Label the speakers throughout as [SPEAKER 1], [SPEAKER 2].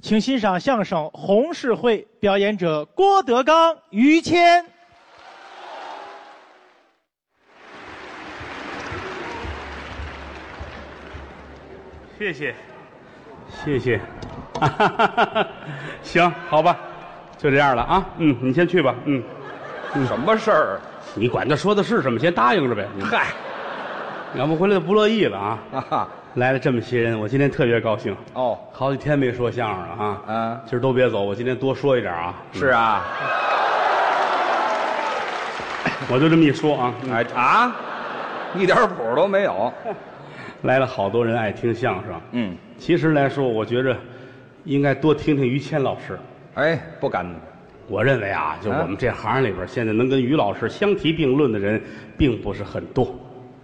[SPEAKER 1] 请欣赏相声《红事会》，表演者郭德纲、于谦。
[SPEAKER 2] 谢谢，谢谢， 啊哈哈哈哈行，好吧，就这样了啊。嗯，你先去吧。嗯，
[SPEAKER 3] 什么事儿？啊
[SPEAKER 2] 你管他说的是什么，先答应着呗。嗯
[SPEAKER 3] 嗨，
[SPEAKER 2] 要不回来就不乐意了啊。
[SPEAKER 3] 啊哈，
[SPEAKER 2] 来了这么些人，我今天特别高兴，
[SPEAKER 3] 哦，
[SPEAKER 2] 好几天没说相声了啊。
[SPEAKER 3] 嗯
[SPEAKER 2] 今儿都别走，我今天多说一点啊。
[SPEAKER 3] 是啊，
[SPEAKER 2] 我就这么一说啊，嗯
[SPEAKER 3] 哎啊，一点谱都没有。
[SPEAKER 2] 来了好多人爱听相声。
[SPEAKER 3] 嗯，
[SPEAKER 2] 其实来说，我觉着应该多听听于谦老师。
[SPEAKER 3] 哎，不敢，
[SPEAKER 2] 我认为啊，就
[SPEAKER 3] 啊
[SPEAKER 2] 我们这行里边，现在能跟于老师相提并论的人，并不是很多。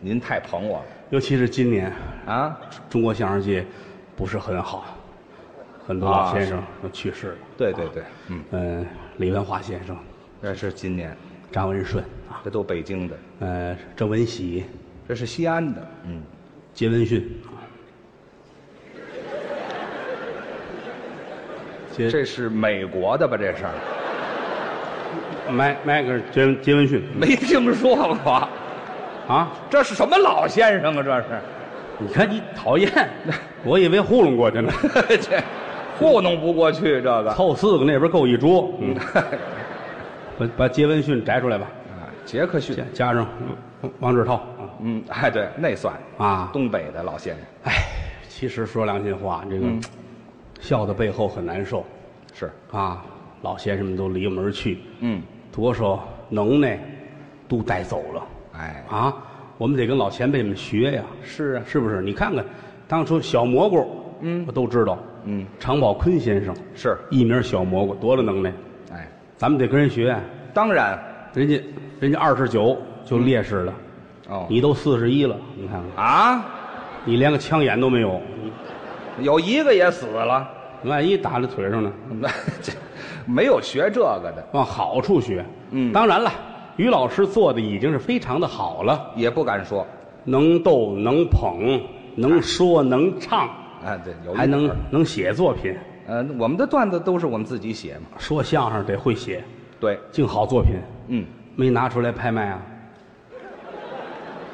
[SPEAKER 3] 您太捧我了
[SPEAKER 2] 尤其是今年，
[SPEAKER 3] 啊。
[SPEAKER 2] 中国相声界不是很好，很多老先生都去世了。
[SPEAKER 3] 啊对对对，嗯，
[SPEAKER 2] 嗯、李文华先生、
[SPEAKER 3] 这是今年，
[SPEAKER 2] 张文顺啊，
[SPEAKER 3] 这都北京的，
[SPEAKER 2] 呃，郑文喜、
[SPEAKER 3] 这是西安的。嗯，
[SPEAKER 2] 杰文逊啊，杰
[SPEAKER 3] 这是美国的吧？这是
[SPEAKER 2] 迈迈克尔杰杰文逊
[SPEAKER 3] 没听说过，
[SPEAKER 2] 啊，
[SPEAKER 3] 这是什么老先生啊？这
[SPEAKER 2] 你看你讨厌， 我以为糊弄过去呢，
[SPEAKER 3] 是，这糊弄不过去这个。
[SPEAKER 2] 凑四个那边够一桌， 嗯，把把杰文逊摘出来吧，
[SPEAKER 3] 啊杰克逊
[SPEAKER 2] 加，加上王王志涛啊。
[SPEAKER 3] 嗯，哎，对，那算
[SPEAKER 2] 啊
[SPEAKER 3] 东北的老先生
[SPEAKER 2] 哎，其实说良心话，这个、
[SPEAKER 3] 嗯
[SPEAKER 2] 笑的背后很难受
[SPEAKER 3] 是，
[SPEAKER 2] 啊。老先生们都离我们而去，
[SPEAKER 3] 嗯，
[SPEAKER 2] 多少能耐都带走了
[SPEAKER 3] 哎，
[SPEAKER 2] 啊。我们得跟老前辈们学呀，
[SPEAKER 3] 是啊，
[SPEAKER 2] 是不是？你看看，当初小蘑菇，嗯，我都知道，
[SPEAKER 3] 嗯，
[SPEAKER 2] 常宝坤先生
[SPEAKER 3] 是，
[SPEAKER 2] 艺名小蘑菇，多了能耐，
[SPEAKER 3] 哎，
[SPEAKER 2] 咱们得跟人学。啊
[SPEAKER 3] 当然，
[SPEAKER 2] 人家人家二十九就烈士了，
[SPEAKER 3] 哦，
[SPEAKER 2] 你都四十一了，你看看，
[SPEAKER 3] 啊，
[SPEAKER 2] 你连个枪眼都没有，
[SPEAKER 3] 有一个也死了，
[SPEAKER 2] 你万一打在腿上呢？
[SPEAKER 3] 那这没有学这个的，
[SPEAKER 2] 往好处学。
[SPEAKER 3] 嗯
[SPEAKER 2] 当然了，于老师做的已经是非常的好了，
[SPEAKER 3] 也不敢说，
[SPEAKER 2] 能逗、能捧、能说、能唱，
[SPEAKER 3] 啊，对，有一
[SPEAKER 2] 还能
[SPEAKER 3] 点儿
[SPEAKER 2] 能写作品。
[SPEAKER 3] 呃，我们的段子都是我们自己写嘛，
[SPEAKER 2] 说相声得会写，
[SPEAKER 3] 对，
[SPEAKER 2] 净好作品
[SPEAKER 3] 嗯，
[SPEAKER 2] 没拿出来拍卖啊，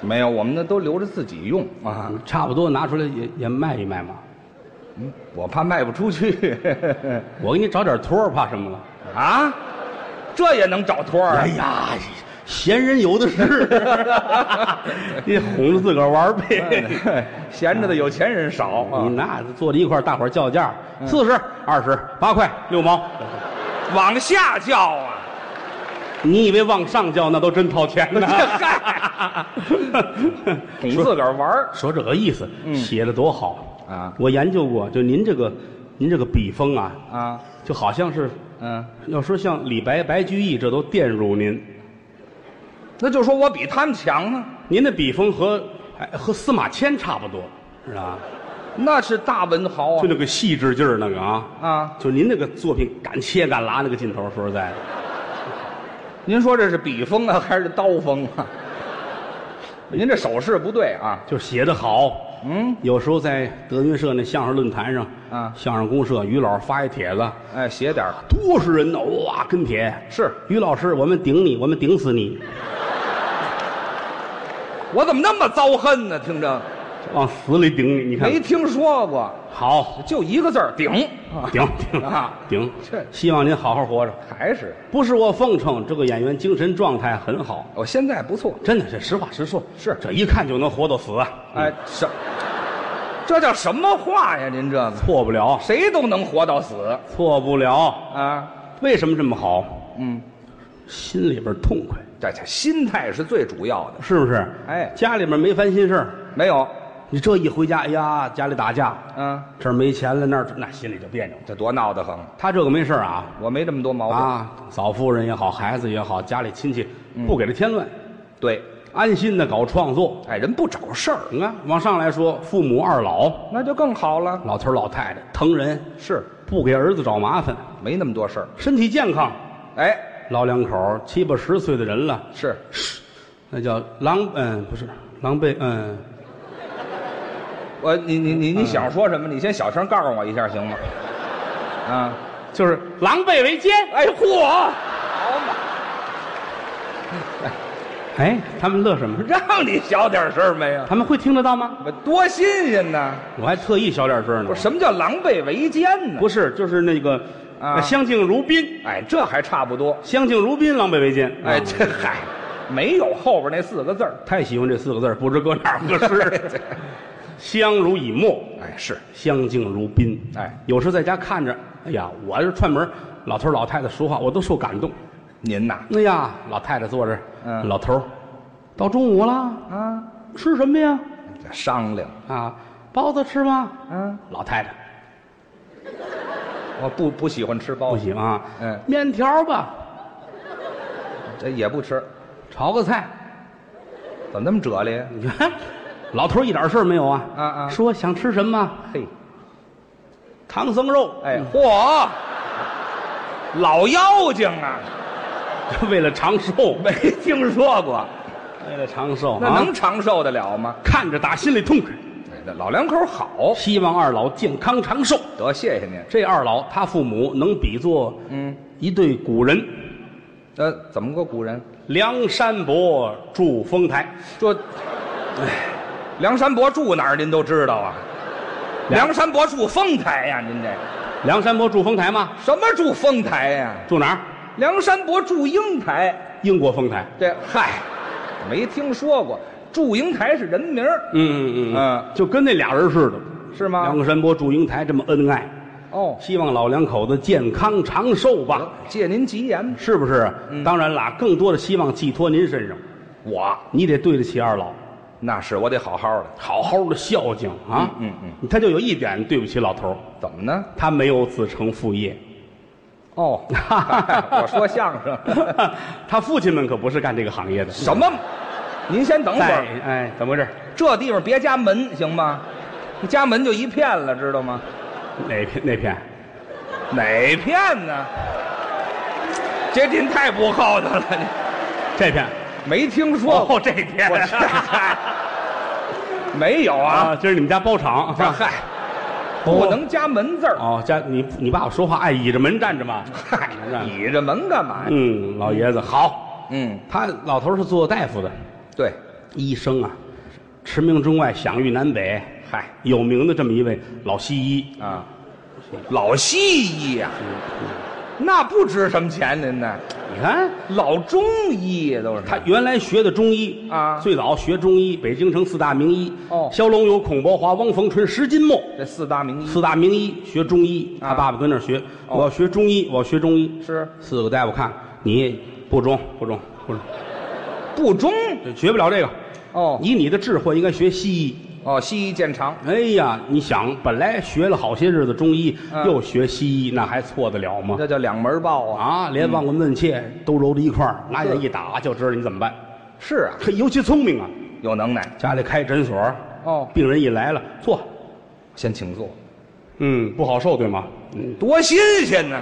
[SPEAKER 3] 没有，我们的都留着自己用啊，
[SPEAKER 2] 差不多拿出来也也卖一卖嘛。
[SPEAKER 3] 我怕卖不出去，
[SPEAKER 2] 我给你找点托儿，怕什么了？
[SPEAKER 3] 啊，这也能找托儿
[SPEAKER 2] 哎
[SPEAKER 3] 啊，
[SPEAKER 2] 呀，闲人有的是，你哄着自个儿玩儿呗。
[SPEAKER 3] 闲着的有钱人少
[SPEAKER 2] 你
[SPEAKER 3] 啊，
[SPEAKER 2] 那坐在一块儿，大伙儿叫价，
[SPEAKER 3] 嗯
[SPEAKER 2] 四十、二十、八块、六毛。哎
[SPEAKER 3] 往下叫啊。
[SPEAKER 2] 你以为往上叫那都真掏钱 呢？
[SPEAKER 3] 哄自个儿玩儿
[SPEAKER 2] 说这个意思，写的多好
[SPEAKER 3] 嗯啊
[SPEAKER 2] 我研究过，就您这个，您这个笔锋啊，
[SPEAKER 3] 啊，
[SPEAKER 2] 就好像是，
[SPEAKER 3] 嗯，
[SPEAKER 2] 要说像李白、白居易，这都玷辱您。
[SPEAKER 3] 那就说我比他们强呢，
[SPEAKER 2] 您的笔锋和哎和司马迁差不多，是吧？
[SPEAKER 3] 那是大文豪啊
[SPEAKER 2] 就那个细致劲儿，那个啊，
[SPEAKER 3] 啊！
[SPEAKER 2] 就您那个作品敢切敢拉那个劲头，说实在的，
[SPEAKER 3] 您说这是笔锋啊，还是刀锋啊？ 您这手势不对啊，
[SPEAKER 2] 就写的好。
[SPEAKER 3] 嗯，
[SPEAKER 2] 有时候在德云社那相声论坛上，
[SPEAKER 3] 啊
[SPEAKER 2] 相声公社于老师发一帖子，
[SPEAKER 3] 哎，斜点儿
[SPEAKER 2] 多少人呢？哇，跟帖
[SPEAKER 3] 是
[SPEAKER 2] 于老师，我们顶你，我们顶死你，
[SPEAKER 3] 我怎么那么遭恨呢？听着
[SPEAKER 2] 往死里顶你。你看，
[SPEAKER 3] 没听说过，
[SPEAKER 2] 好，
[SPEAKER 3] 就一个字儿顶啊，
[SPEAKER 2] 顶顶
[SPEAKER 3] 啊
[SPEAKER 2] 顶
[SPEAKER 3] 这，
[SPEAKER 2] 希望您好好活着。
[SPEAKER 3] 还是
[SPEAKER 2] 不是我奉承，这个演员精神状态很好，
[SPEAKER 3] 我现在不错，
[SPEAKER 2] 真的，这实话实说，
[SPEAKER 3] 是
[SPEAKER 2] 这一看就能活到死啊，
[SPEAKER 3] 哎，什这叫什么话呀？您这个
[SPEAKER 2] 错不了，
[SPEAKER 3] 谁都能活到死
[SPEAKER 2] 错不了。
[SPEAKER 3] 啊，
[SPEAKER 2] 为什么这么好？
[SPEAKER 3] 嗯，
[SPEAKER 2] 心里边痛快，
[SPEAKER 3] 这这心态是最主要的，
[SPEAKER 2] 是不是？
[SPEAKER 3] 哎
[SPEAKER 2] 家里边没烦心事儿，
[SPEAKER 3] 没有，
[SPEAKER 2] 你这一回家，哎呀，家里打架，
[SPEAKER 3] 嗯。
[SPEAKER 2] 这儿没钱了，那儿那心里就别扭了。
[SPEAKER 3] 这多闹得慌！
[SPEAKER 2] 他这个没事儿啊，
[SPEAKER 3] 我没这么多毛病。
[SPEAKER 2] 啊，嫂夫人也好，孩子也好，家里亲戚不给他添乱，
[SPEAKER 3] 对，
[SPEAKER 2] 安心的搞创作。
[SPEAKER 3] 哎，人不找事儿，
[SPEAKER 2] 你看，往上来说，父母二老，
[SPEAKER 3] 那就更好了。
[SPEAKER 2] 老头儿老太太疼人，
[SPEAKER 3] 是，
[SPEAKER 2] 不给儿子找麻烦，
[SPEAKER 3] 没那么多事儿。
[SPEAKER 2] 身体健康。
[SPEAKER 3] 哎，
[SPEAKER 2] 老两口儿七八十岁的人了，
[SPEAKER 3] 是，
[SPEAKER 2] 那叫狼，嗯，不是狼狈，嗯，
[SPEAKER 3] 我你你你你想说什么？你先小声告诉我一下行吗？啊，
[SPEAKER 2] 就是狼狈为奸。
[SPEAKER 3] 哎嚯，好嘛，
[SPEAKER 2] 哎，他们乐什么？
[SPEAKER 3] 让你小点声儿没有？
[SPEAKER 2] 他们会听得到吗？
[SPEAKER 3] 我多新鲜呐！
[SPEAKER 2] 我还特意小点声呢
[SPEAKER 3] 不。是什么叫狼狈为奸呢？
[SPEAKER 2] 不是，就是那个，
[SPEAKER 3] 啊
[SPEAKER 2] 相敬如宾，
[SPEAKER 3] 哎，这还差不多。
[SPEAKER 2] 相敬如宾，狼狈为奸。
[SPEAKER 3] 哎，
[SPEAKER 2] 啊
[SPEAKER 3] 这嗨，没有后边那四个字儿。
[SPEAKER 2] 太喜欢这四个字儿，不知搁哪儿合适。 相濡以沫，
[SPEAKER 3] 哎，是，
[SPEAKER 2] 相敬如宾。
[SPEAKER 3] 哎，
[SPEAKER 2] 有时在家看着，哎呀，我这串门儿，老头儿老太太说话，我都受感动。
[SPEAKER 3] 您呐，
[SPEAKER 2] 哎呀，老太太坐这儿，
[SPEAKER 3] 嗯
[SPEAKER 2] 老头儿，到中午了，
[SPEAKER 3] 啊，
[SPEAKER 2] 吃什么呀？
[SPEAKER 3] 这商量，
[SPEAKER 2] 啊，包子吃吗？
[SPEAKER 3] 啊，
[SPEAKER 2] 老太太
[SPEAKER 3] 我不不喜欢吃包
[SPEAKER 2] 不
[SPEAKER 3] 子，
[SPEAKER 2] 行啊，
[SPEAKER 3] 嗯
[SPEAKER 2] 面条吧，
[SPEAKER 3] 这也不吃，
[SPEAKER 2] 炒个菜。
[SPEAKER 3] 怎么那么哲理？
[SPEAKER 2] 你看，老头儿一点事儿没有啊。
[SPEAKER 3] 啊啊
[SPEAKER 2] 说想吃什么？
[SPEAKER 3] 嘿，
[SPEAKER 2] 唐僧肉。
[SPEAKER 3] 哎，嚯，老妖精啊，
[SPEAKER 2] 嗯， 为了长寿，
[SPEAKER 3] 没听说过，
[SPEAKER 2] 为了长寿，
[SPEAKER 3] 那
[SPEAKER 2] 啊
[SPEAKER 3] 能长寿得了吗？
[SPEAKER 2] 看着打心里痛快。
[SPEAKER 3] 哎那老两口好，
[SPEAKER 2] 希望二老健康长寿。
[SPEAKER 3] 得谢谢您。
[SPEAKER 2] 这二老他父母能比作
[SPEAKER 3] 嗯，
[SPEAKER 2] 一对古人，
[SPEAKER 3] 那呃怎么个古人？
[SPEAKER 2] 梁山伯祝丰台。
[SPEAKER 3] 这，哎梁山伯住哪儿您都知道啊？
[SPEAKER 2] 梁
[SPEAKER 3] 梁山伯住丰台呀、您这
[SPEAKER 2] 梁山伯祝丰台吗？
[SPEAKER 3] 什么住丰台呀、
[SPEAKER 2] 住哪儿？
[SPEAKER 3] 梁山伯住英台，
[SPEAKER 2] 英国丰台。
[SPEAKER 3] 这嗨，没听说过。祝英台是人名儿
[SPEAKER 2] 嗯嗯
[SPEAKER 3] 嗯
[SPEAKER 2] 就跟那俩人似的。
[SPEAKER 3] 是吗？
[SPEAKER 2] 梁山伯祝英台这么恩爱，
[SPEAKER 3] 哦，
[SPEAKER 2] 希望老两口子健康长寿吧，
[SPEAKER 3] 借您吉言，
[SPEAKER 2] 是不是？
[SPEAKER 3] 嗯
[SPEAKER 2] 当然啦，更多的希望寄托您身上，
[SPEAKER 3] 我
[SPEAKER 2] 你得对得起二老，
[SPEAKER 3] 那是我得好好的。
[SPEAKER 2] 好好的孝敬啊。
[SPEAKER 3] 嗯嗯
[SPEAKER 2] 嗯，他就有一点对不起老头儿，
[SPEAKER 3] 怎么呢？
[SPEAKER 2] 他没有子承父业。
[SPEAKER 3] 哦， 我说相声
[SPEAKER 2] 他父亲们可不是干这个行业的。
[SPEAKER 3] 什么？您先等会
[SPEAKER 2] 在
[SPEAKER 3] 儿，
[SPEAKER 2] 哎，怎么回事？
[SPEAKER 3] 这地方别加门行吗？一加门就一片了，知道吗？
[SPEAKER 2] 哪片哪片？
[SPEAKER 3] 哪片呢？这您太不厚道了，
[SPEAKER 2] 这片
[SPEAKER 3] 你没听说过、
[SPEAKER 2] 哦这片
[SPEAKER 3] 我 没有啊？
[SPEAKER 2] 啊，今儿你们家包场
[SPEAKER 3] 这
[SPEAKER 2] 啊？
[SPEAKER 3] 嗨，不能加门字儿。
[SPEAKER 2] 哦，家你你爸爸说话爱倚着门站着嘛？
[SPEAKER 3] 嗨
[SPEAKER 2] 倚着站着
[SPEAKER 3] 倚着门干嘛呀？
[SPEAKER 2] 嗯，老爷子好，
[SPEAKER 3] 嗯，
[SPEAKER 2] 他老头是做大夫的，
[SPEAKER 3] 对，
[SPEAKER 2] 医生啊，驰名中外，享誉南北，
[SPEAKER 3] 嗨
[SPEAKER 2] 有名的这么一位老西医。
[SPEAKER 3] 啊，老西医呀、那不值什么钱，您呢？
[SPEAKER 2] 你看，
[SPEAKER 3] 老中医都是
[SPEAKER 2] 他原来学的中医
[SPEAKER 3] 啊
[SPEAKER 2] 最早学中医，北京城四大名医
[SPEAKER 3] 哦
[SPEAKER 2] 萧龙友、孔伯华、汪逢春、石金墨。
[SPEAKER 3] 这四大名医
[SPEAKER 2] 四大名医学中医，
[SPEAKER 3] 啊
[SPEAKER 2] 他爸爸跟那儿学，
[SPEAKER 3] 哦
[SPEAKER 2] 我要学中医，我要学中医。
[SPEAKER 3] 是
[SPEAKER 2] 四个大夫看你不中，不中，不中，
[SPEAKER 3] 不中
[SPEAKER 2] 这学不了这个。
[SPEAKER 3] 哦
[SPEAKER 2] 以你的智慧，应该学西医。
[SPEAKER 3] 哦，西医见长，
[SPEAKER 2] 哎呀，你想，本来学了好些日子中医，
[SPEAKER 3] 嗯
[SPEAKER 2] 又学西医，那还错得了吗
[SPEAKER 3] 这？叫两门报啊。
[SPEAKER 2] 啊，连望闻问切都揉到一块儿，拿眼一打就知道你怎么办。
[SPEAKER 3] 是啊，
[SPEAKER 2] 嘿，尤其聪明啊，
[SPEAKER 3] 有能耐
[SPEAKER 2] 家里开诊所，
[SPEAKER 3] 哦。
[SPEAKER 2] 病人一来了，坐，
[SPEAKER 3] 先请坐，
[SPEAKER 2] 嗯，不好受，对吗？嗯，
[SPEAKER 3] 多新鲜呢！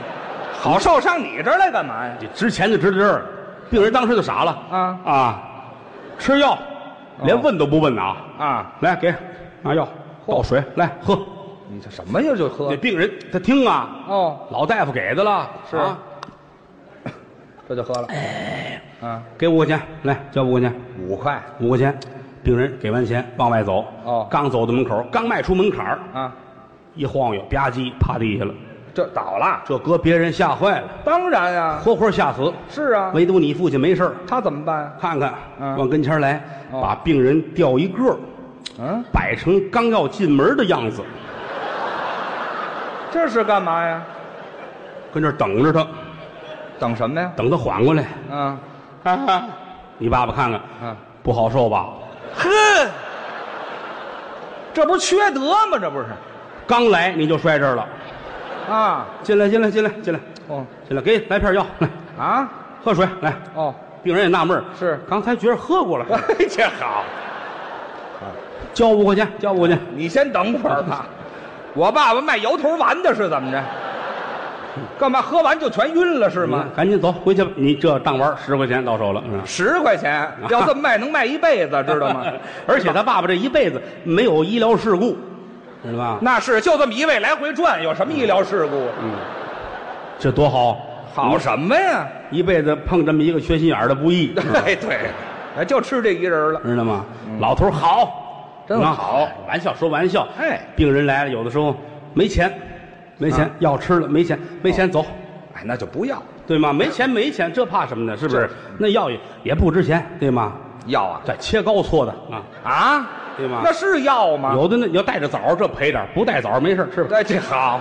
[SPEAKER 3] 好受上你这儿来干嘛呀？
[SPEAKER 2] 你值钱就值在这儿，病人当时就傻了
[SPEAKER 3] 啊哦
[SPEAKER 2] 啊，吃药，连问都不问啊，
[SPEAKER 3] 啊，
[SPEAKER 2] 来给拿药倒水来喝。
[SPEAKER 3] 你这什么呀？就喝
[SPEAKER 2] 那病人他听啊，
[SPEAKER 3] 哦，
[SPEAKER 2] 老大夫给的了，
[SPEAKER 3] 是
[SPEAKER 2] 啊，
[SPEAKER 3] 这就喝了。啊，
[SPEAKER 2] 给五块钱，来交五块钱，
[SPEAKER 3] 五块
[SPEAKER 2] 五块钱。病人给完钱往外走，
[SPEAKER 3] 哦
[SPEAKER 2] 刚走到门口，刚迈出门槛儿
[SPEAKER 3] 啊，
[SPEAKER 2] 一晃悠，吧唧趴地下了，
[SPEAKER 3] 这倒了。
[SPEAKER 2] 这搁别人吓坏了，
[SPEAKER 3] 当然啊，
[SPEAKER 2] 活活吓死。
[SPEAKER 3] 是啊，
[SPEAKER 2] 唯独你父亲没事儿，
[SPEAKER 3] 他怎么办啊？
[SPEAKER 2] 看看，
[SPEAKER 3] 嗯
[SPEAKER 2] 往跟前儿来，
[SPEAKER 3] 哦
[SPEAKER 2] 把病人吊一个儿，
[SPEAKER 3] 嗯，
[SPEAKER 2] 摆成刚要进门的样子，
[SPEAKER 3] 这是干嘛呀？
[SPEAKER 2] 跟这儿等着他，
[SPEAKER 3] 等什么呀？
[SPEAKER 2] 等他缓过来。
[SPEAKER 3] 啊
[SPEAKER 2] 你爸爸看看，
[SPEAKER 3] 啊，
[SPEAKER 2] 不好受吧？
[SPEAKER 3] 呵，这不是缺德吗？这不是
[SPEAKER 2] 刚来你就摔这儿了，
[SPEAKER 3] 啊？
[SPEAKER 2] 进来，进来，进来，进来，
[SPEAKER 3] 哦
[SPEAKER 2] 进来，给来片药，来
[SPEAKER 3] 啊
[SPEAKER 2] 喝水，来。
[SPEAKER 3] 哦，
[SPEAKER 2] 病人也纳闷儿
[SPEAKER 3] 是
[SPEAKER 2] 刚才觉得喝过了， 啊
[SPEAKER 3] 哎，这好，
[SPEAKER 2] 交五块钱，交五块钱。
[SPEAKER 3] 你先等会儿吧。我爸爸卖摇头丸的是怎么着？干嘛喝完就全晕了是
[SPEAKER 2] 干
[SPEAKER 3] 吗？
[SPEAKER 2] 嗯赶紧走回去吧，你这当玩十块钱到手了，嗯
[SPEAKER 3] 十块钱要 这么卖能卖一辈子，知道吗？
[SPEAKER 2] 而且他爸爸这一辈子没有医疗事故，是吧？
[SPEAKER 3] 那是就这么一位来回转，有什么医疗事故？
[SPEAKER 2] 这多好，
[SPEAKER 3] 好什么呀？
[SPEAKER 2] 一辈子碰这么一个缺心眼儿的不 易，
[SPEAKER 3] 对对，哎，就吃这一人了。
[SPEAKER 2] 知道吗？老头儿好，
[SPEAKER 3] 嗯真
[SPEAKER 2] 啊
[SPEAKER 3] 好，
[SPEAKER 2] 玩笑说玩笑。
[SPEAKER 3] 哎
[SPEAKER 2] 病人来了，有的时候没钱，没钱
[SPEAKER 3] 啊
[SPEAKER 2] 药吃了没钱，没钱走，
[SPEAKER 3] 哎，那就不要
[SPEAKER 2] 对吗？没钱没钱，这怕什么呢？是不是
[SPEAKER 3] 这？
[SPEAKER 2] 那药也也不值钱，对吗？
[SPEAKER 3] 药啊
[SPEAKER 2] 对，切糕搓的啊，
[SPEAKER 3] 啊，
[SPEAKER 2] 对吗
[SPEAKER 3] 那是啊药吗？
[SPEAKER 2] 有的呢，你要带着枣儿这赔点儿，不带枣儿没事儿吃吧。
[SPEAKER 3] 哎，这好，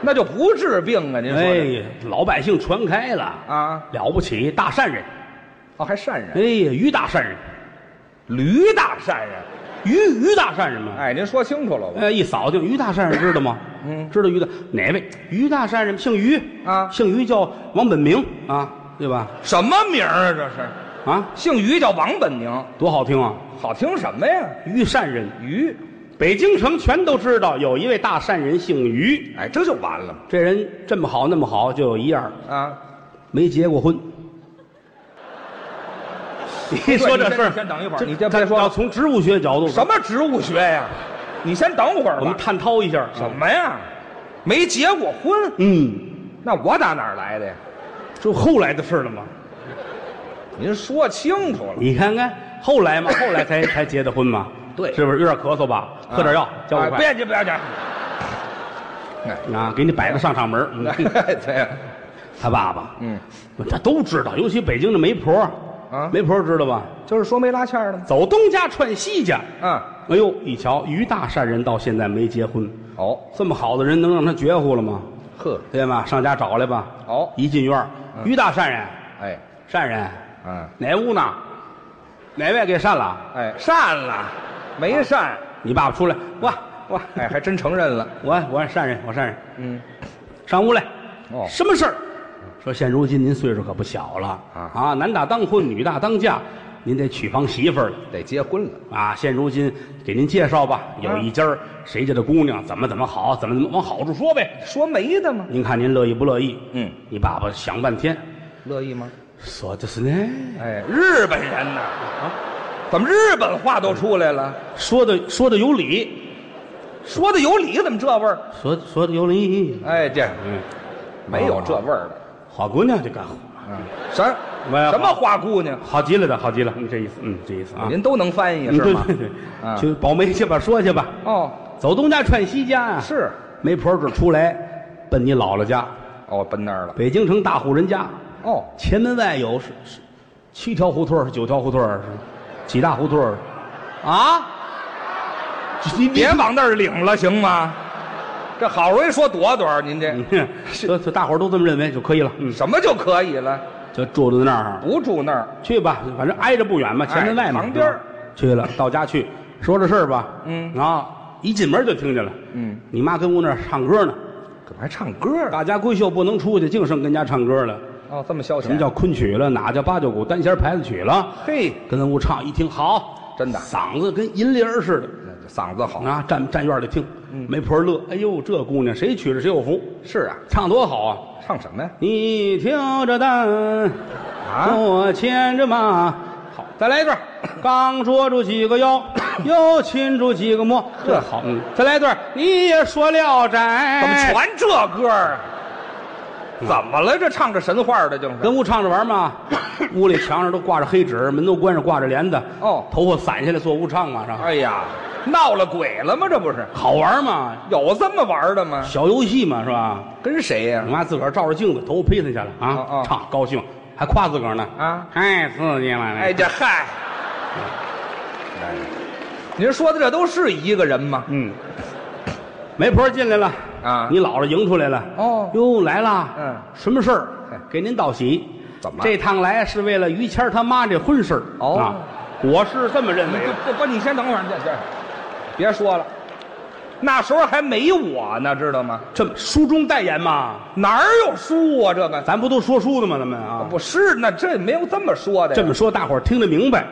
[SPEAKER 3] 那就不治病啊！您说这
[SPEAKER 2] 哎，老百姓传开了
[SPEAKER 3] 啊，
[SPEAKER 2] 了不起，大善人，
[SPEAKER 3] 哦，还善人
[SPEAKER 2] 哎，，于大善人，
[SPEAKER 3] 驴大善人。
[SPEAKER 2] 于于大善人嘛。
[SPEAKER 3] 哎，您说清楚了吧？
[SPEAKER 2] 呃，一扫定于大善人知道吗？
[SPEAKER 3] 嗯
[SPEAKER 2] 知道于大哪位？于大善人姓于
[SPEAKER 3] 啊
[SPEAKER 2] 姓于叫王本明啊，对吧？
[SPEAKER 3] 什么名儿啊？这是
[SPEAKER 2] 啊，
[SPEAKER 3] 姓于叫王本宁，
[SPEAKER 2] 多好听啊！
[SPEAKER 3] 好听什么呀？
[SPEAKER 2] 于善人，
[SPEAKER 3] 于，
[SPEAKER 2] 北京城全都知道有一位大善人姓于，
[SPEAKER 3] 哎，这就完了
[SPEAKER 2] 这人这么好那么好，就有一样儿
[SPEAKER 3] 啊！
[SPEAKER 2] 没结过婚。你说这事儿，
[SPEAKER 3] 你先等一会儿
[SPEAKER 2] 这
[SPEAKER 3] 你先别说了
[SPEAKER 2] 要从植物学角度，
[SPEAKER 3] 什么植物学呀？你先等会儿
[SPEAKER 2] 我们
[SPEAKER 3] 吧。
[SPEAKER 2] 探讨一下啊
[SPEAKER 3] 什么呀？没结过婚？
[SPEAKER 2] 嗯，
[SPEAKER 3] 那我打哪儿来的呀？
[SPEAKER 2] 这后来的事了嘛。
[SPEAKER 3] 您说清楚了。
[SPEAKER 2] 你看看后来嘛，后来 才才结的婚嘛，
[SPEAKER 3] 对
[SPEAKER 2] 是不是有点咳嗽吧？喝点药，交
[SPEAKER 3] 哎
[SPEAKER 2] 五块
[SPEAKER 3] 别介，别介。
[SPEAKER 2] 啊，给你摆个上上 门儿。嗯
[SPEAKER 3] 哎 对，
[SPEAKER 2] 他爸爸，
[SPEAKER 3] 嗯，
[SPEAKER 2] 这都知道，尤其北京的媒婆
[SPEAKER 3] 啊
[SPEAKER 2] 媒婆知道吧？
[SPEAKER 3] 就是说没拉纤儿的吗？
[SPEAKER 2] 走东家串西家，
[SPEAKER 3] 嗯，
[SPEAKER 2] 哎呦，一瞧于大善人到现在没结婚，
[SPEAKER 3] 哦，
[SPEAKER 2] 这么好的人能让他绝户了吗？
[SPEAKER 3] 呵，
[SPEAKER 2] 对吗？上家找来吧。
[SPEAKER 3] 好嗯
[SPEAKER 2] 一进院儿，于大善人，
[SPEAKER 3] 哎，
[SPEAKER 2] 善人，
[SPEAKER 3] 嗯，
[SPEAKER 2] 哪屋呢？哪位给善了？
[SPEAKER 3] 哎，善了，没善，
[SPEAKER 2] 你爸爸出来，我我
[SPEAKER 3] 哎，还真承认了。
[SPEAKER 2] 我我善人，我善人。
[SPEAKER 3] 嗯，
[SPEAKER 2] 上屋来。
[SPEAKER 3] 哦
[SPEAKER 2] 什么事儿？说现如今您岁数可不小了
[SPEAKER 3] 啊
[SPEAKER 2] 男大当婚，女大当嫁，您得娶房媳妇儿了
[SPEAKER 3] 得结婚了。
[SPEAKER 2] 啊！现如今给您介绍吧，有
[SPEAKER 3] 嗯
[SPEAKER 2] 一家儿谁家的姑娘怎么怎么好，怎么怎么往好处说呗。
[SPEAKER 3] 说没的吗？
[SPEAKER 2] 您看您乐意不乐意？
[SPEAKER 3] 嗯，
[SPEAKER 2] 你爸爸想半天，
[SPEAKER 3] 乐意吗？
[SPEAKER 2] 说的是呢，
[SPEAKER 3] 哎，日本人呐，
[SPEAKER 2] 啊
[SPEAKER 3] 怎么日本话都出来了？
[SPEAKER 2] 说的说的有理，
[SPEAKER 3] 说的有理，怎么这味儿？
[SPEAKER 2] 说说的有理。
[SPEAKER 3] 哎，这
[SPEAKER 2] 嗯，
[SPEAKER 3] 没有这味儿的。
[SPEAKER 2] 好姑娘就干活，
[SPEAKER 3] 嗯，啥？
[SPEAKER 2] 没有
[SPEAKER 3] 什么花姑娘？
[SPEAKER 2] 好极了的，好极了，嗯，这意思，嗯，这意思啊。
[SPEAKER 3] 您都能翻译
[SPEAKER 2] 嗯
[SPEAKER 3] 是吗
[SPEAKER 2] 对对？对，
[SPEAKER 3] 啊
[SPEAKER 2] 去保媒去吧，说去吧。
[SPEAKER 3] 哦，
[SPEAKER 2] 走东家串西家啊，
[SPEAKER 3] 是
[SPEAKER 2] 媒婆这出来，奔你姥姥家，
[SPEAKER 3] 哦，奔那儿了。
[SPEAKER 2] 北京城大户人家，
[SPEAKER 3] 哦，
[SPEAKER 2] 前门外有是是七条胡同儿，是九条胡同儿，是几大胡同儿啊？你你
[SPEAKER 3] 别往那儿领了，行吗？这好容易说朵朵，您这
[SPEAKER 2] 嗯说说大伙儿都这么认为就可以了，嗯，
[SPEAKER 3] 什么就可以了？
[SPEAKER 2] 就住在那儿
[SPEAKER 3] 不住那儿，
[SPEAKER 2] 去吧，反正挨着不远嘛，前门外嘛，
[SPEAKER 3] 哎旁边儿
[SPEAKER 2] 是吧去了，到家去说这事儿吧，
[SPEAKER 3] 嗯
[SPEAKER 2] 啊，一进门就听见了，
[SPEAKER 3] 嗯，
[SPEAKER 2] 你妈跟屋那儿唱歌呢，
[SPEAKER 3] 怎么还唱歌啊？
[SPEAKER 2] 大家闺秀不能出去，净剩跟家唱歌了。
[SPEAKER 3] 哦，这么消遣？
[SPEAKER 2] 什么叫昆曲了？哪叫八九鼓单弦牌子曲了？
[SPEAKER 3] 嘿？
[SPEAKER 2] 跟咱屋唱一听，好，
[SPEAKER 3] 真的
[SPEAKER 2] 嗓子跟银铃儿似
[SPEAKER 3] 那就嗓子好
[SPEAKER 2] 的啊！站站院里听，
[SPEAKER 3] 嗯
[SPEAKER 2] 媒婆乐，哎呦，这姑娘谁娶了谁有福，
[SPEAKER 3] 是啊，
[SPEAKER 2] 唱多好啊！
[SPEAKER 3] 唱什么呀？
[SPEAKER 2] 你挑着担，
[SPEAKER 3] 啊，
[SPEAKER 2] 我牵着马，好，
[SPEAKER 3] 再来一段。
[SPEAKER 2] 刚捉住几个妖，又擒住几个魔，这好，嗯，再来一段，你也说聊斋，
[SPEAKER 3] 怎么全这歌儿啊？怎么了？这唱着神话的，就是
[SPEAKER 2] 跟屋唱着玩 嘛，屋里墙上都挂着黑纸，门都关上，挂着帘子。
[SPEAKER 3] 哦
[SPEAKER 2] 头发散下来做屋唱嘛，是吧？
[SPEAKER 3] 哎呀，闹了鬼了吗？这不是
[SPEAKER 2] 好玩嘛，
[SPEAKER 3] 有这么玩的吗？
[SPEAKER 2] 小游戏嘛，是吧？
[SPEAKER 3] 跟谁呀
[SPEAKER 2] 你、妈自个儿照着镜子，头发披散下来啊，
[SPEAKER 3] 哦哦
[SPEAKER 2] 唱高兴，还夸自个儿呢
[SPEAKER 3] 啊
[SPEAKER 2] 太刺激了！
[SPEAKER 3] 哎，，这嗨，哎您说的这都是一个人吗？
[SPEAKER 2] 嗯，媒婆进来了
[SPEAKER 3] 啊
[SPEAKER 2] 你姥姥迎出来了
[SPEAKER 3] 哦
[SPEAKER 2] 哟来了，
[SPEAKER 3] 嗯
[SPEAKER 2] 什么事儿
[SPEAKER 3] 嘿？
[SPEAKER 2] 给您道喜，
[SPEAKER 3] 怎么
[SPEAKER 2] 这趟来是为了于谦儿他妈这婚事儿
[SPEAKER 3] 哦
[SPEAKER 2] 啊我是这么认为的。
[SPEAKER 3] 不不不，你先等会儿，这这，别说了，那时候还没我呢，知道吗？
[SPEAKER 2] 这么书中代言嘛，
[SPEAKER 3] 哪儿有书啊？这个
[SPEAKER 2] 咱不都说书的吗？咱们啊，
[SPEAKER 3] 哦不是，那这没有这么说的呀。
[SPEAKER 2] 这么说大伙儿听得明白。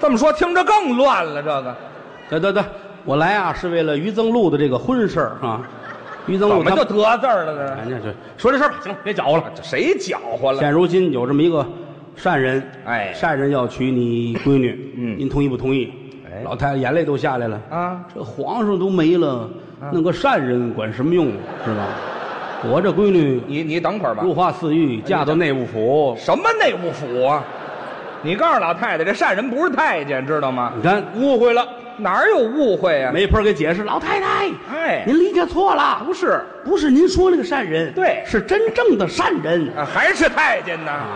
[SPEAKER 3] 这么说，听着更乱了。这个
[SPEAKER 2] 得得得，我来啊是为了于增禄的这个婚事儿啊。于增
[SPEAKER 3] 怎
[SPEAKER 2] 禄
[SPEAKER 3] 么
[SPEAKER 2] 他
[SPEAKER 3] 就得字儿了呢？
[SPEAKER 2] 哎，这这说这事儿吧，行了，别搅和了。
[SPEAKER 3] 这谁搅和了？
[SPEAKER 2] 现如今有这么一个善人，
[SPEAKER 3] 哎
[SPEAKER 2] 善人要娶你闺女，
[SPEAKER 3] 嗯
[SPEAKER 2] 您同意不同意？
[SPEAKER 3] 哎
[SPEAKER 2] 老太太眼泪都下来了。
[SPEAKER 3] 啊，
[SPEAKER 2] 这皇上都没了，弄个善人管什么用是吧？ 我这闺女
[SPEAKER 3] 你你等会儿吧。
[SPEAKER 2] 如花似玉，嫁到内务府。
[SPEAKER 3] 什么内务府啊？你告诉老太太，这善人不是太监，知道吗？
[SPEAKER 2] 你看误会了，
[SPEAKER 3] 哪儿有误会呀、
[SPEAKER 2] 没法给解释。老太太，
[SPEAKER 3] 哎
[SPEAKER 2] 您理解错了，
[SPEAKER 3] 不是
[SPEAKER 2] 不是您说那个善人，
[SPEAKER 3] 对
[SPEAKER 2] 是真正的善人。
[SPEAKER 3] 啊，还是太监呐，
[SPEAKER 2] 啊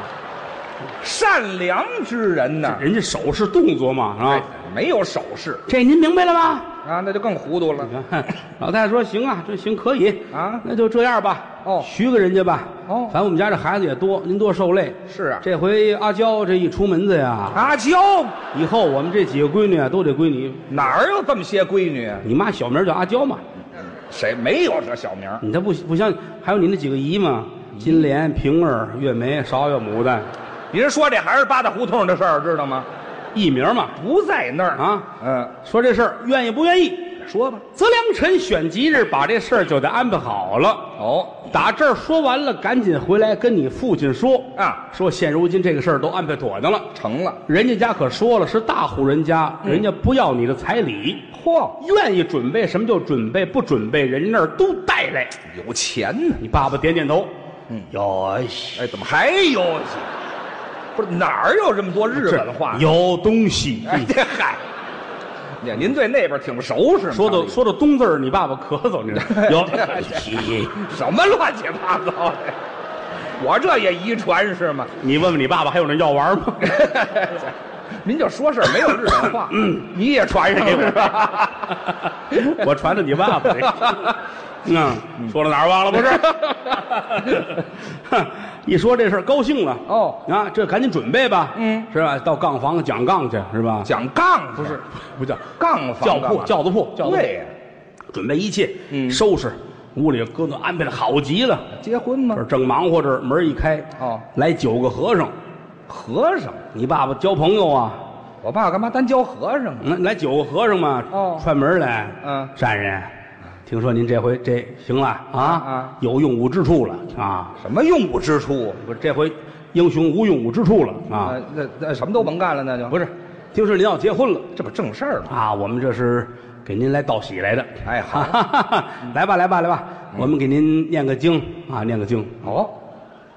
[SPEAKER 3] 善良之人呐，
[SPEAKER 2] 人家手势动作嘛，
[SPEAKER 3] 哎
[SPEAKER 2] 啊，，
[SPEAKER 3] 没有手势
[SPEAKER 2] 这您明白了吗？
[SPEAKER 3] 啊，那就更糊涂了
[SPEAKER 2] 你看， 老太太说行啊，这行可以
[SPEAKER 3] 啊
[SPEAKER 2] 那就这样吧。
[SPEAKER 3] 哦
[SPEAKER 2] 许给人家吧。
[SPEAKER 3] 哦
[SPEAKER 2] 反正我们家这孩子也多，您多受累。
[SPEAKER 3] 是啊
[SPEAKER 2] 这回阿娇这一出门子呀，
[SPEAKER 3] 阿娇
[SPEAKER 2] 以后我们这几个闺女啊都得归你。
[SPEAKER 3] 哪儿有这么些闺女？啊？
[SPEAKER 2] 你妈小名叫阿娇嘛，
[SPEAKER 3] 谁没有这小名儿？
[SPEAKER 2] 你这不不像，还有你那几个姨嘛，
[SPEAKER 3] 嗯
[SPEAKER 2] 金莲、平儿、月梅、芍药、牡丹，
[SPEAKER 3] 您说这还是八大胡同的事儿，知道吗？
[SPEAKER 2] 艺名嘛。
[SPEAKER 3] 不在那儿
[SPEAKER 2] 啊，
[SPEAKER 3] 嗯，
[SPEAKER 2] 说这事儿愿意不愿意？
[SPEAKER 3] 说吧。
[SPEAKER 2] 择良辰选吉日，把这事儿就得安排好了。
[SPEAKER 3] 哦，
[SPEAKER 2] 打这儿说完了，赶紧回来跟你父亲说
[SPEAKER 3] 啊
[SPEAKER 2] 说现如今这个事儿都安排妥当了，
[SPEAKER 3] 成了。
[SPEAKER 2] 人家家可说了是大户人家，人家不要你的彩礼，
[SPEAKER 3] 嗯嚯，
[SPEAKER 2] 愿意准备什么就准备，不准备人那儿都带来。
[SPEAKER 3] 有钱呢！
[SPEAKER 2] 你爸爸点点头，
[SPEAKER 3] 嗯
[SPEAKER 2] 有
[SPEAKER 3] 哎，怎么还有戏？不是哪儿有这么多日本话？
[SPEAKER 2] 有东西。
[SPEAKER 3] 哎，这 嗨，呀，您对那边挺熟是吗？
[SPEAKER 2] 说到说到东字儿，你爸爸咳嗽，你知道有东西。
[SPEAKER 3] 什么乱七八糟的？我这也遗传是吗？
[SPEAKER 2] 你问问你爸爸还有那药丸吗？
[SPEAKER 3] 您就说事儿没有日本话，嗯，你也传上了是 吧？
[SPEAKER 2] 我传的你爸爸这。 嗯，说到哪儿忘了不 是？哼一说这事儿高兴了
[SPEAKER 3] 哦
[SPEAKER 2] 啊，这赶紧准备吧，
[SPEAKER 3] 嗯
[SPEAKER 2] 是吧？到杠房讲杠去是吧？
[SPEAKER 3] 讲杠不是
[SPEAKER 2] 不叫
[SPEAKER 3] 杠房
[SPEAKER 2] 轿
[SPEAKER 3] 干
[SPEAKER 2] 铺
[SPEAKER 3] 嘛
[SPEAKER 2] 轿子铺轿子
[SPEAKER 3] 对呀
[SPEAKER 2] 铺，准备一切，
[SPEAKER 3] 嗯
[SPEAKER 2] 收拾屋里搁那安排的好极了。
[SPEAKER 3] 结婚吗
[SPEAKER 2] 这？正忙活着，门一开，
[SPEAKER 3] 哦
[SPEAKER 2] 来九个和尚。
[SPEAKER 3] 和尚，
[SPEAKER 2] 你爸爸交朋友啊？
[SPEAKER 3] 我爸干嘛单教和尚啊？
[SPEAKER 2] 嗯，来九个和尚嘛，
[SPEAKER 3] 哦
[SPEAKER 2] 串门来，
[SPEAKER 3] 嗯
[SPEAKER 2] 善人，听说您这回这行了啊
[SPEAKER 3] 啊
[SPEAKER 2] 有用武之处了啊，
[SPEAKER 3] 什么用武之处
[SPEAKER 2] 不是这回英雄无用武之处了啊，
[SPEAKER 3] 啊？那那什么都甭干了，那就
[SPEAKER 2] 不是，听说您要结婚了
[SPEAKER 3] 这不正事儿吗？
[SPEAKER 2] 啊，我们这是给您来道喜来的，
[SPEAKER 3] 哎好嗯
[SPEAKER 2] 来吧来吧来吧，我们给您念个经啊，念个经，
[SPEAKER 3] 哦，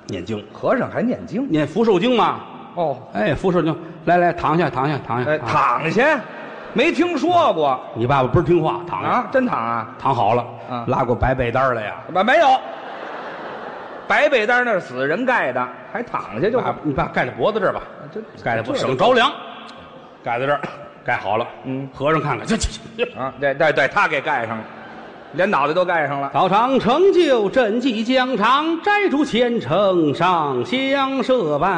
[SPEAKER 2] 念经，
[SPEAKER 3] 和尚还念经
[SPEAKER 2] 念福寿经嘛，
[SPEAKER 3] 哦，
[SPEAKER 2] 哎，福寿经，来来躺下躺下躺下，
[SPEAKER 3] 哎，
[SPEAKER 2] 下，
[SPEAKER 3] 躺下，没听说过
[SPEAKER 2] 你爸爸不是听话，躺下，
[SPEAKER 3] 啊？真躺啊？
[SPEAKER 2] 躺好了，
[SPEAKER 3] 啊
[SPEAKER 2] 拉过白被单来呀。
[SPEAKER 3] 没没有，白被单那是死人盖的，还躺下就
[SPEAKER 2] 把你把盖在脖子这儿吧，
[SPEAKER 3] 这
[SPEAKER 2] 盖在脖
[SPEAKER 3] 这
[SPEAKER 2] 省着凉，盖在这儿，盖好了。
[SPEAKER 3] 嗯
[SPEAKER 2] 和尚看看，去去去。
[SPEAKER 3] 啊，对对对，他给盖上了，连脑袋都盖上了。
[SPEAKER 2] 早上成就赈济疆场，摘除虔诚上香设拜，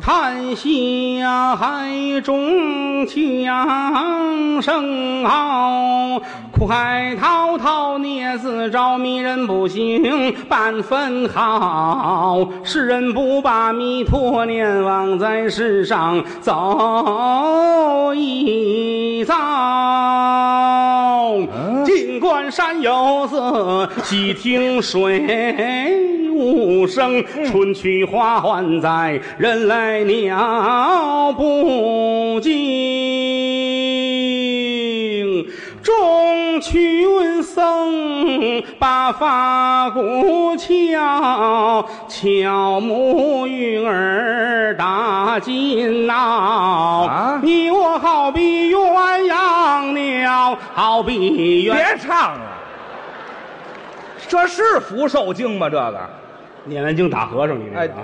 [SPEAKER 2] 叹息呀海中枪声号，苦海滔滔孽自招，迷人不醒半分好。世人不把弥陀念，枉在世上走一遭。近观啊山有色，细听水无声。春去花还在，人来鸟不惊。中群僧把法鼓敲，敲木鱼儿打金闹。
[SPEAKER 3] 啊
[SPEAKER 2] 你我好比鸳鸯鸟，好比鸳。
[SPEAKER 3] 别唱了，这是福寿经吗？这个，
[SPEAKER 2] 念完经打和尚，你这
[SPEAKER 3] 哎
[SPEAKER 2] 个啊，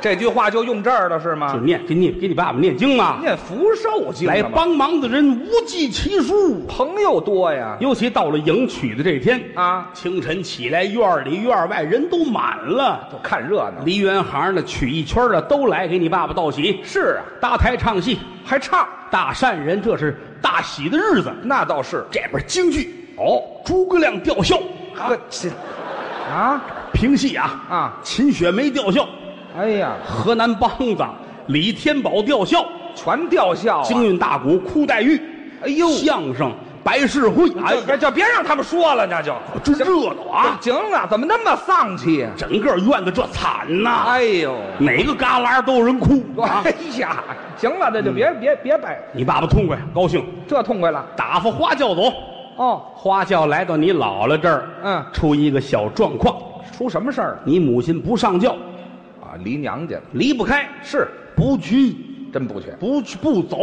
[SPEAKER 3] 这句话就用这儿了是
[SPEAKER 2] 就
[SPEAKER 3] 吗？
[SPEAKER 2] 念，给你给你爸爸念经嘛。
[SPEAKER 3] 哎念福寿经
[SPEAKER 2] 来
[SPEAKER 3] 了吗
[SPEAKER 2] 帮忙的人无计其数，
[SPEAKER 3] 朋友多呀，
[SPEAKER 2] 尤其到了迎娶的这天
[SPEAKER 3] 啊
[SPEAKER 2] 清晨起来，院儿里院儿外人都满了，
[SPEAKER 3] 就看热闹。
[SPEAKER 2] 梨园行的、曲艺圈的都来给你爸爸道喜，
[SPEAKER 3] 是啊，
[SPEAKER 2] 搭台唱戏，
[SPEAKER 3] 还唱，
[SPEAKER 2] 大善人，这是大喜的日子。
[SPEAKER 3] 那倒是。
[SPEAKER 2] 这边京剧哦，诸葛亮吊孝，
[SPEAKER 3] 呵，这啊
[SPEAKER 2] 评戏啊
[SPEAKER 3] 啊
[SPEAKER 2] 秦雪梅吊孝，
[SPEAKER 3] 哎呀，
[SPEAKER 2] 河南梆子李天宝吊孝，
[SPEAKER 3] 全吊孝啊！
[SPEAKER 2] 京韵大鼓哭黛玉，
[SPEAKER 3] 哎呦
[SPEAKER 2] 相声白事会，哎呀，
[SPEAKER 3] 哎，就别让他们说了，那就
[SPEAKER 2] 真热闹啊！
[SPEAKER 3] 行了，怎么那么丧气呀？
[SPEAKER 2] 整个院子这惨呐、
[SPEAKER 3] 哎呦，
[SPEAKER 2] 哪个旮旯都有人哭啊
[SPEAKER 3] 哎！呀，行了，那就别别别摆，
[SPEAKER 2] 你爸爸痛快高兴，
[SPEAKER 3] 这痛快了。
[SPEAKER 2] 打发花轿走。
[SPEAKER 3] 哦，
[SPEAKER 2] 花轿来到你姥姥这儿，
[SPEAKER 3] 嗯
[SPEAKER 2] 出一个小状况，
[SPEAKER 3] 出什么事儿了？
[SPEAKER 2] 你母亲不上轿，
[SPEAKER 3] 啊，离娘家了，
[SPEAKER 2] 离不开，
[SPEAKER 3] 是
[SPEAKER 2] 不去，
[SPEAKER 3] 真不去。
[SPEAKER 2] 不去不走。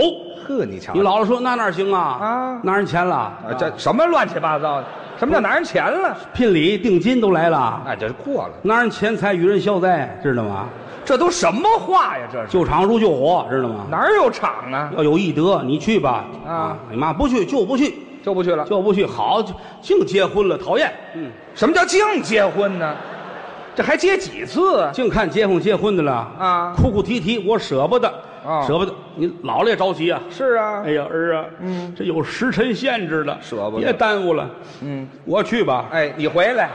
[SPEAKER 3] 呵，你瞧
[SPEAKER 2] 你，姥姥说：“那哪行啊？
[SPEAKER 3] 啊
[SPEAKER 2] 拿人钱了，
[SPEAKER 3] 啊，这什么乱七八糟的？什么叫拿人钱了？
[SPEAKER 2] 聘礼定金都来了，
[SPEAKER 3] 哎，这过了，
[SPEAKER 2] 拿人钱财与人消灾，知道吗？
[SPEAKER 3] 这都什么话呀？这是
[SPEAKER 2] 救场如救火，知道吗？
[SPEAKER 3] 哪儿有场啊？
[SPEAKER 2] 要有义德，你去吧。
[SPEAKER 3] 啊
[SPEAKER 2] 你妈不去就不去，
[SPEAKER 3] 就不去了。
[SPEAKER 2] 就不去。好，就净结婚了，讨厌。嗯，
[SPEAKER 3] 什么叫净结婚呢？这还结几次啊？
[SPEAKER 2] 净看街坊结婚的了
[SPEAKER 3] 啊
[SPEAKER 2] 哭哭啼啼，我舍不得，
[SPEAKER 3] 啊
[SPEAKER 2] 舍不得。你姥姥也着急啊。
[SPEAKER 3] 是啊
[SPEAKER 2] 哎，呀，儿啊，嗯，这有时辰限制的，
[SPEAKER 3] 舍不得
[SPEAKER 2] 别耽误了。
[SPEAKER 3] 嗯，
[SPEAKER 2] 我去吧，
[SPEAKER 3] 哎，你回来，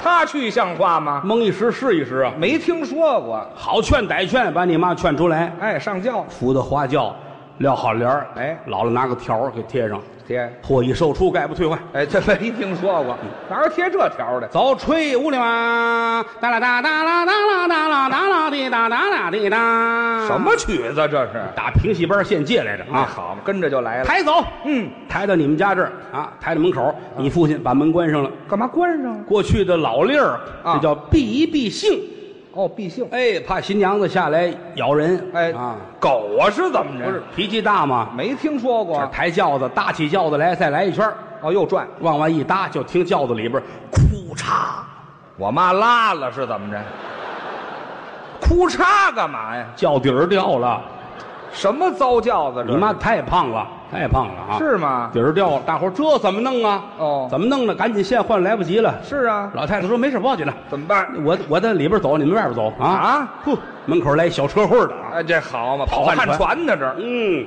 [SPEAKER 3] 他去像话吗？
[SPEAKER 2] 蒙一时是一时啊。
[SPEAKER 3] 没听说过。
[SPEAKER 2] 好劝歹劝，把你妈劝出来，
[SPEAKER 3] 哎，上轿，
[SPEAKER 2] 扶到花轿，撂好帘儿。
[SPEAKER 3] 哎
[SPEAKER 2] 姥姥拿个条儿给贴上，
[SPEAKER 3] 贴。
[SPEAKER 2] 破衣售出，概不退还。
[SPEAKER 3] 哎，这没听说过，哪有贴这条的？
[SPEAKER 2] 早吹屋里哇，哒啦哒哒啦哒啦哒啦哒啦滴哒哒啦滴哒。
[SPEAKER 3] 什？么曲子这是？
[SPEAKER 2] 打评戏班现借来着
[SPEAKER 3] 啊，
[SPEAKER 2] 啊！
[SPEAKER 3] 好嘛，跟着就来了。
[SPEAKER 2] 抬走，
[SPEAKER 3] 嗯，
[SPEAKER 2] 抬到你们家这儿啊，抬到门口。你父亲把门关上了。
[SPEAKER 3] 干嘛关上了？
[SPEAKER 2] 过去的老例儿，
[SPEAKER 3] 啊
[SPEAKER 2] 这叫避一避性。
[SPEAKER 3] 哦，必姓。
[SPEAKER 2] 哎，怕新娘子下来咬人。
[SPEAKER 3] 哎
[SPEAKER 2] 啊，
[SPEAKER 3] 狗啊是怎么着？
[SPEAKER 2] 不是，脾气大嘛，
[SPEAKER 3] 没听说
[SPEAKER 2] 这
[SPEAKER 3] 过。
[SPEAKER 2] 抬轿子，搭起轿子来，再来一圈儿
[SPEAKER 3] 哦，又转。
[SPEAKER 2] 往外一搭，就听轿子里边儿哭嚓，
[SPEAKER 3] 我妈拉了是怎么着？哭嚓干嘛呀？
[SPEAKER 2] 轿底儿掉了。
[SPEAKER 3] 什么糟轿子这是？
[SPEAKER 2] 你妈太胖了，太胖了啊！
[SPEAKER 3] 是吗
[SPEAKER 2] 底儿掉了，大伙儿这怎么弄啊？
[SPEAKER 3] 哦
[SPEAKER 2] 怎么弄呢？赶紧现换，来不及了。
[SPEAKER 3] 是啊，
[SPEAKER 2] 老太太说没事，不要紧了，
[SPEAKER 3] 怎么办？
[SPEAKER 2] 我我在里边走，你们外边走啊
[SPEAKER 3] 啊！
[SPEAKER 2] 呼，门口来一小车会儿的啊，
[SPEAKER 3] 哎，这好嘛，
[SPEAKER 2] 跑
[SPEAKER 3] 跑
[SPEAKER 2] 旱
[SPEAKER 3] 旱
[SPEAKER 2] 船
[SPEAKER 3] 船呢这儿
[SPEAKER 2] 嗯，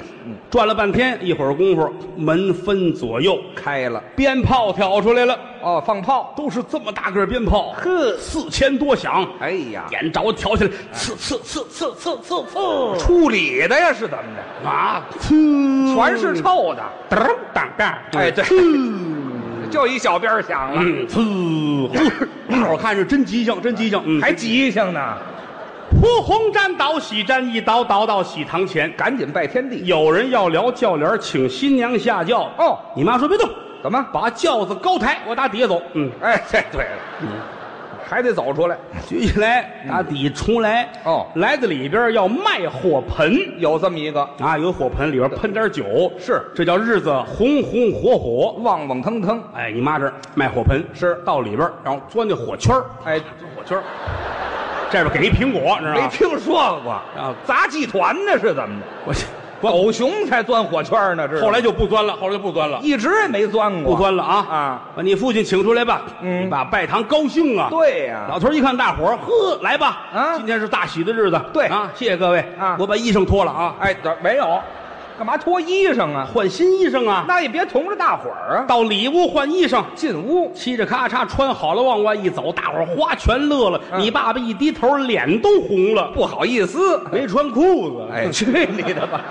[SPEAKER 2] 转了半天，一会儿功夫，门分左右，
[SPEAKER 3] 开了。
[SPEAKER 2] 鞭炮挑出来了，
[SPEAKER 3] 哦，放炮。
[SPEAKER 2] 都是这么大个儿鞭炮，呵，四千多响，
[SPEAKER 3] 哎呀，
[SPEAKER 2] 点着挑起来，刺刺刺刺刺刺刺，
[SPEAKER 3] 处理的呀是怎么着？
[SPEAKER 2] 啊，全
[SPEAKER 3] 全是臭的，
[SPEAKER 2] 噔当当，
[SPEAKER 3] 哎对就一小鞭儿响了，
[SPEAKER 2] 嗯，呲，我看着真吉祥，真吉祥，嗯，
[SPEAKER 3] 还吉祥呢，
[SPEAKER 2] 呼红毡倒喜毡，一倒倒到喜堂前，
[SPEAKER 3] 赶紧拜天地。
[SPEAKER 2] 有人要聊轿帘，请新娘下轿，
[SPEAKER 3] 哦
[SPEAKER 2] 你妈说别动，
[SPEAKER 3] 怎么？
[SPEAKER 2] 把轿子高抬，我打底下走，嗯。
[SPEAKER 3] 哎，这对了，还得走出来，
[SPEAKER 2] 举起来，打底重来。
[SPEAKER 3] 哦
[SPEAKER 2] 来到里边要卖火盆
[SPEAKER 3] 有这么一个
[SPEAKER 2] 啊，有火盆里边喷点酒，
[SPEAKER 3] 是
[SPEAKER 2] 这叫日子红红火火。
[SPEAKER 3] 旺旺腾腾，
[SPEAKER 2] 哎，你妈这儿卖火盆
[SPEAKER 3] 是
[SPEAKER 2] 到里边，然后钻那火圈儿
[SPEAKER 3] 哎，
[SPEAKER 2] 钻火圈儿这边给一苹果，你知道
[SPEAKER 3] 没
[SPEAKER 2] 吗？
[SPEAKER 3] 听说过
[SPEAKER 2] 啊
[SPEAKER 3] 杂技团呢是怎么着？
[SPEAKER 2] 我我
[SPEAKER 3] 狗熊才钻火圈呢，这是
[SPEAKER 2] 后来就不钻了，后来就不钻了，
[SPEAKER 3] 一直也没钻过，
[SPEAKER 2] 不钻了啊
[SPEAKER 3] 啊！
[SPEAKER 2] 把你父亲请出来吧，
[SPEAKER 3] 嗯
[SPEAKER 2] 你爸拜堂高兴 啊。
[SPEAKER 3] 对呀、
[SPEAKER 2] 老头儿一看大伙儿，呵，来吧，
[SPEAKER 3] 啊
[SPEAKER 2] 今天是大喜的日子，
[SPEAKER 3] 对
[SPEAKER 2] 啊，谢谢各位
[SPEAKER 3] 啊
[SPEAKER 2] 我把衣裳脱了啊，
[SPEAKER 3] 哎，这没有，干嘛脱衣裳啊？
[SPEAKER 2] 换新衣裳啊，
[SPEAKER 3] 那也别同着大伙儿啊，
[SPEAKER 2] 到里屋换衣裳，
[SPEAKER 3] 进屋
[SPEAKER 2] 嘁哧咔嚓穿好了，往外一走，大伙儿哗全乐了。
[SPEAKER 3] 嗯
[SPEAKER 2] 你爸爸一低头，脸都红了，
[SPEAKER 3] 不好意思。
[SPEAKER 2] 没穿裤子。
[SPEAKER 3] 哎哎，去你的吧！